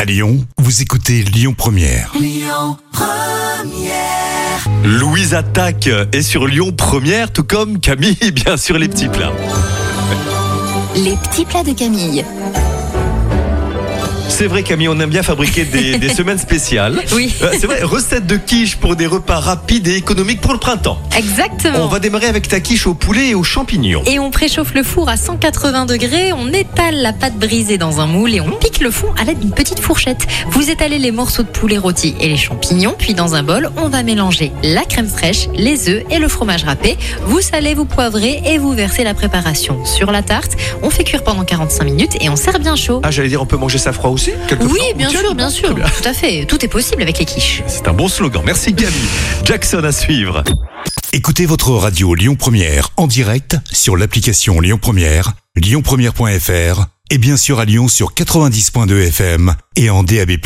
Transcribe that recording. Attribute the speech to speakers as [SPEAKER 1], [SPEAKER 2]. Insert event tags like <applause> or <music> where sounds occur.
[SPEAKER 1] À Lyon, vous écoutez Lyon Première.
[SPEAKER 2] Louise Attaque est sur Lyon Première, tout comme Camille, <laughs> bien sûr, les petits plats.
[SPEAKER 3] Les petits plats de Camille.
[SPEAKER 2] C'est vrai, Camille, on aime bien fabriquer
[SPEAKER 3] <laughs>
[SPEAKER 2] des, des semaines spéciales.
[SPEAKER 3] Oui.
[SPEAKER 2] Euh, C'est vrai, recette de quiche pour des repas rapides et économiques pour le printemps. On
[SPEAKER 3] Exactement.
[SPEAKER 2] va démarrer avec ta quiche au poulet et aux champignons.
[SPEAKER 3] Et on préchauffe le four à 180 degrés, on étale la pâte brisée dans un moule et on pique le fond à l'aide d'une petite fourchette. Vous étalez les morceaux de poulet rôti et les champignons, puis dans un bol, on va mélanger la crème fraîche, les œufs et le fromage râpé. Vous salez, vous poivrez et vous versez la préparation sur la tarte. On fait cuire pendant 45 minutes et on sert bien chaud.
[SPEAKER 2] Ah, j'allais dire, on peut manger ça froid aussi quelque
[SPEAKER 3] Oui,
[SPEAKER 2] part
[SPEAKER 3] bien
[SPEAKER 2] Tiens,
[SPEAKER 3] sûr, bien sûr.
[SPEAKER 2] hein. bien.
[SPEAKER 3] Tout à fait. Tout est possible avec les quiches.
[SPEAKER 2] C'est un bon slogan. Merci, Camille. Jackson à suivre.
[SPEAKER 1] Écoutez votre radio Lyon Première en direct sur l'application Lyon Première, lyonpremière.fr et bien sûr à Lyon sur 90.2 FM et en DAB+.